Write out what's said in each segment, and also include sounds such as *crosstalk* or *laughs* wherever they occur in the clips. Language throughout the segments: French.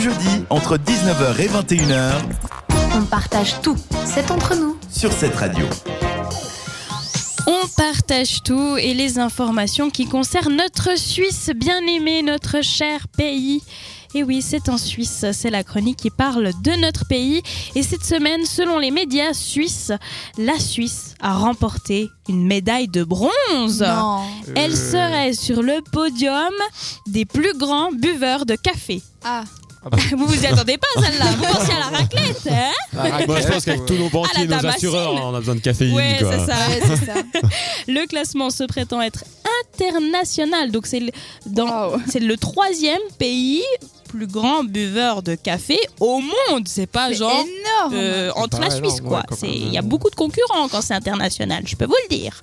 jeudi entre 19h et 21h On partage tout, c'est entre nous. sur cette radio. On partage tout et les informations qui concernent notre Suisse bien-aimée, notre cher pays. Et oui, c'est en Suisse, c'est la chronique qui parle de notre pays. Et cette semaine, selon les médias suisses, la Suisse a remporté une médaille de bronze. Non. Elle serait sur le podium des plus grands buveurs de café. Ah, Vous vous y attendez pas, celle-là Vous pensiez à la raclette, hein Bah, Moi, je pense qu'avec tous nos À la banquiers, nos Damascène. assureurs, on a besoin de caféine. Ouais, quoi. c'est ça. ouais, c'est *laughs* ça. Le classement se prétend être international, donc c'est le, dans- Wow. c'est le troisième pays plus grand buveur de café au monde. C'est pas C'est genre énorme. euh, entre la Pas Suisse, énorme, quoi. ouais, quand C'est- même. Il y a beaucoup de concurrents quand c'est international, je peux vous le dire.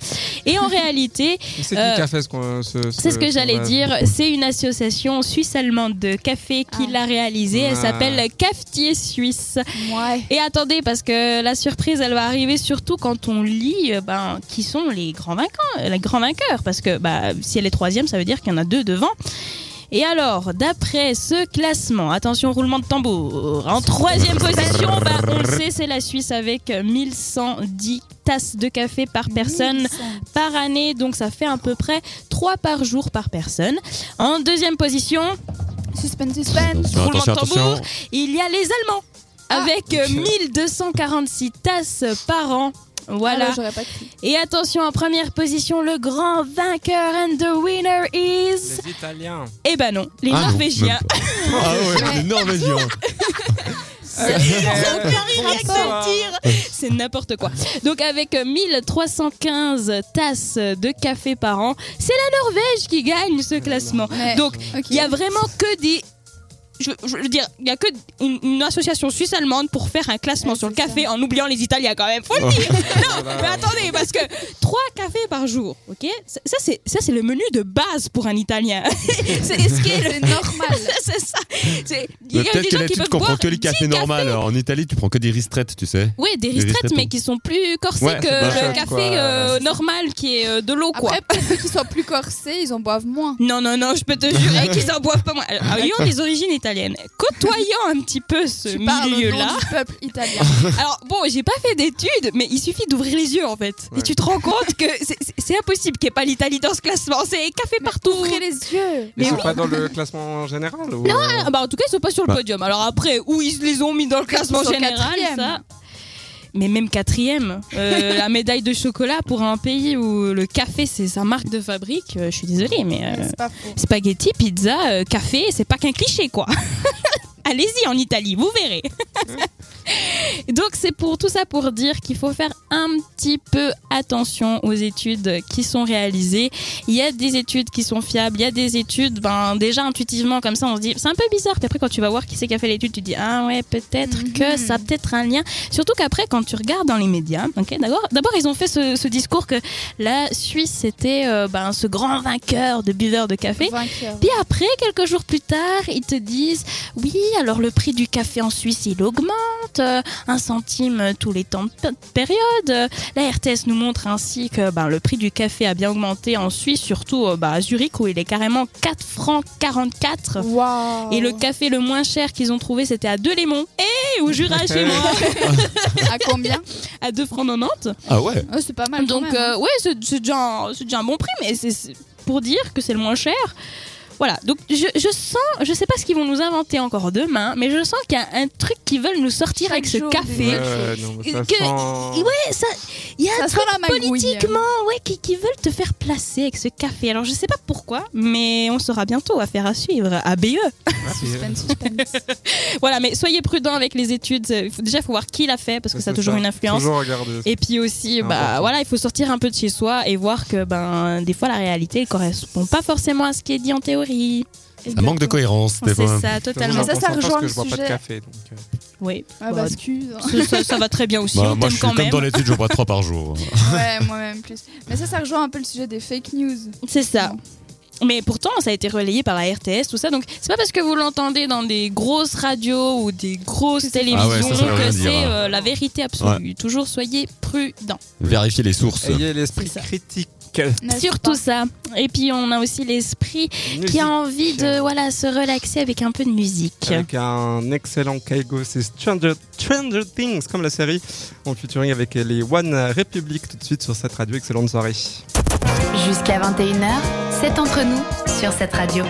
Et *laughs* en réalité, C'est Euh, du café ce qu'on. ce- c'est ce Euh, que j'allais qu'on a- dire, c'est une association suisse-allemande de café qui Ah. l'a réalisée. Elle Ah. s'appelle Cafetier Suisse. Ouais. Et attendez, parce que la surprise, elle va arriver surtout quand on lit euh, ben, qui sont les grands vainqueurs. euh, Les grands vainqueurs parce que bah, si elle est troisième, ça veut dire qu'il y en a deux devant. Et alors, d'après ce classement, attention roulement de tambour, en troisième position, bah, on le sait, c'est la Suisse avec 1110 tasses de café par personne 1100. par année, donc ça fait à peu près 3 par jour par personne. En deuxième position, Suspense, suspense. Attention, Roulement de attention, tambour. attention. il y a les Allemands Ah. avec euh, 1246 tasses par an. Voilà. Ah, j'aurais pas cru. Et attention, en première position, le grand vainqueur and the winner is. *laughs* Les Italiens. Eh ben non, les Ah non, Norvégiens. *laughs* même pas. Ah ouais, les Norvégiens. Euh, Ils ont aucun rire avec Bonsoir. ce tir. C'est n'importe quoi. Donc, avec euh, 1315 tasses de café par an, c'est la Norvège qui gagne ce classement. Ouais. Donc, Ok. Il y a *laughs* vraiment que des. Je, je veux dire, il y a que une, une association suisse-allemande pour faire un classement Ouais, sur le c'est café en oubliant les Italiens quand même. Faut le dire. non, mais attendez, parce que trois cafés par jour, ok Ça ça, c'est ça c'est le menu de base pour un Italien. *laughs* c'est ce qui est le- C'est normal. c'est ça. C'est- Il y a des Peut-être que gens là, qui tu peuvent te comprends boire que les 10 cafés normaux. Alors, En Italie, tu prends que des ristrettes, tu sais. Ouais, des ristrettes, ristrettes, mais hein. qui sont plus corsés Ouais, que c'est pas le cher, café quoi. euh, normal qui est euh, de l'eau, *laughs* quoi. Après, peut-être qu'ils soient plus corsés, ils en boivent moins. Non, non, non, je peux te jurer *laughs* qu'ils en boivent pas moins. Alors, ayant des origines italiennes, côtoyant un petit peu ce Tu parles au nom milieu-là. du peuple italien. Alors, bon, j'ai pas fait d'études, mais il suffit d'ouvrir les yeux en fait. Et Ouais. tu te rends compte que c'est- c'est c'est impossible qu'il n'y ait pas l'Italie dans ce classement. C'est café partout. Ouvrez les yeux. Ils Mais sont oui. pas dans le classement général ou... euh, Ah, bah, en tout cas, ils sont pas sur le Bah. podium. Alors après, où ils les ont mis dans le classement Ils sont général, quatrième. ça. Mais même quatrième, euh, la médaille de chocolat pour un pays où le café c'est sa marque de fabrique, euh, je suis désolée, mais euh, C'est pas faux. spaghetti, pizza, euh, café, c'est pas qu'un cliché quoi. Allez-y en Italie, vous verrez. *laughs* Donc c'est pour tout ça pour dire qu'il faut faire un petit peu attention aux études qui sont réalisées. Il y a des études qui sont fiables, il y a des études, ben déjà intuitivement comme ça on se dit c'est un peu bizarre. Puis après quand tu vas voir qui c'est qui a fait l'étude, tu te dis ah ouais peut-être que Mhm. ça a peut-être un lien. Surtout qu'après quand tu regardes dans les médias, ok d'accord. D'abord ils ont fait ce, ce discours que la Suisse c'était euh, ben ce grand vainqueur de buveurs de café. Vainqueur. Puis après, quelques jours plus tard, ils te disent Oui, alors le prix du café en Suisse, il augmente, euh, un centime tous les temps de p- période. Euh, La RTS nous montre ainsi que ben, le prix du café a bien augmenté en Suisse, surtout euh, bah, à Zurich, où il est carrément 4 francs 44. Waouh. Et le café le moins cher qu'ils ont trouvé, c'était à Deux-les-Monts. Eh, au Jura chez moi À combien À 2 francs 90. Ah ouais Oh, C'est pas mal. quand Donc, même, hein. euh, ouais, c'est c'est déjà, un- c'est déjà un bon prix, mais c'est c'est pour dire que c'est le moins cher. Voilà, donc je, je sens, je sais pas ce qu'ils vont nous inventer encore demain, mais je sens qu'il y a un truc qu'ils veulent nous sortir Chaque avec ce jour, café. Ouais, des- ouais, non, mais ça Que- sent- Ouais, ça, il y a ça un truc sent la magouille. politiquement, ouais, qui, qui veulent te faire placer avec ce café. Alors je sais pas pourquoi, mais on saura bientôt affaire à suivre à BE. Ah, Suspense, *laughs* suspense. Voilà, mais soyez prudents avec les études. Il faut- Déjà, faut voir qui l'a fait parce que Ouais, ça a c'est toujours ça. une influence. Toujours regarder. Et puis aussi, C'est bah, important. voilà, il faut sortir un peu de chez soi et voir que ben, des fois la réalité ne correspond pas forcément à ce qui est dit en théorie. Un manque de cohérence, des C'est fois. ça, totalement. Mais ça, ça Parce rejoint que le je bois pas de sujet. café. donc, euh, Oui, Ah Bah, bah, excuse. ça, ça- ça va très bien aussi, on Bah, moi, je t'aime suis quand comme même. dans l'étude, je bois trois par jour. Ouais, moi-même plus. Mais ça, ça rejoint un peu le sujet des fake news. C'est ça. Non. Mais pourtant, ça a été relayé par la RTS, tout ça. Donc, c'est pas parce que vous l'entendez dans des grosses radios ou des grosses télévisions Ah ouais, ça, ça veut rien que dire, c'est hein. euh, la vérité absolue. Toujours soyez prudents. Vérifier les sources. Ayez l'esprit C'est ça. critique. N'est-ce Sur pas tout ça. Et puis, on a aussi l'esprit qui a envie de voilà, se relaxer avec un peu de musique. Avec un excellent Kaigo, c'est Stranger, Stranger Things, comme la série, en featuring avec les One Republic, tout de suite sur cette radio. Excellente soirée. Jusqu'à 21h, c'est entre nous sur cette radio.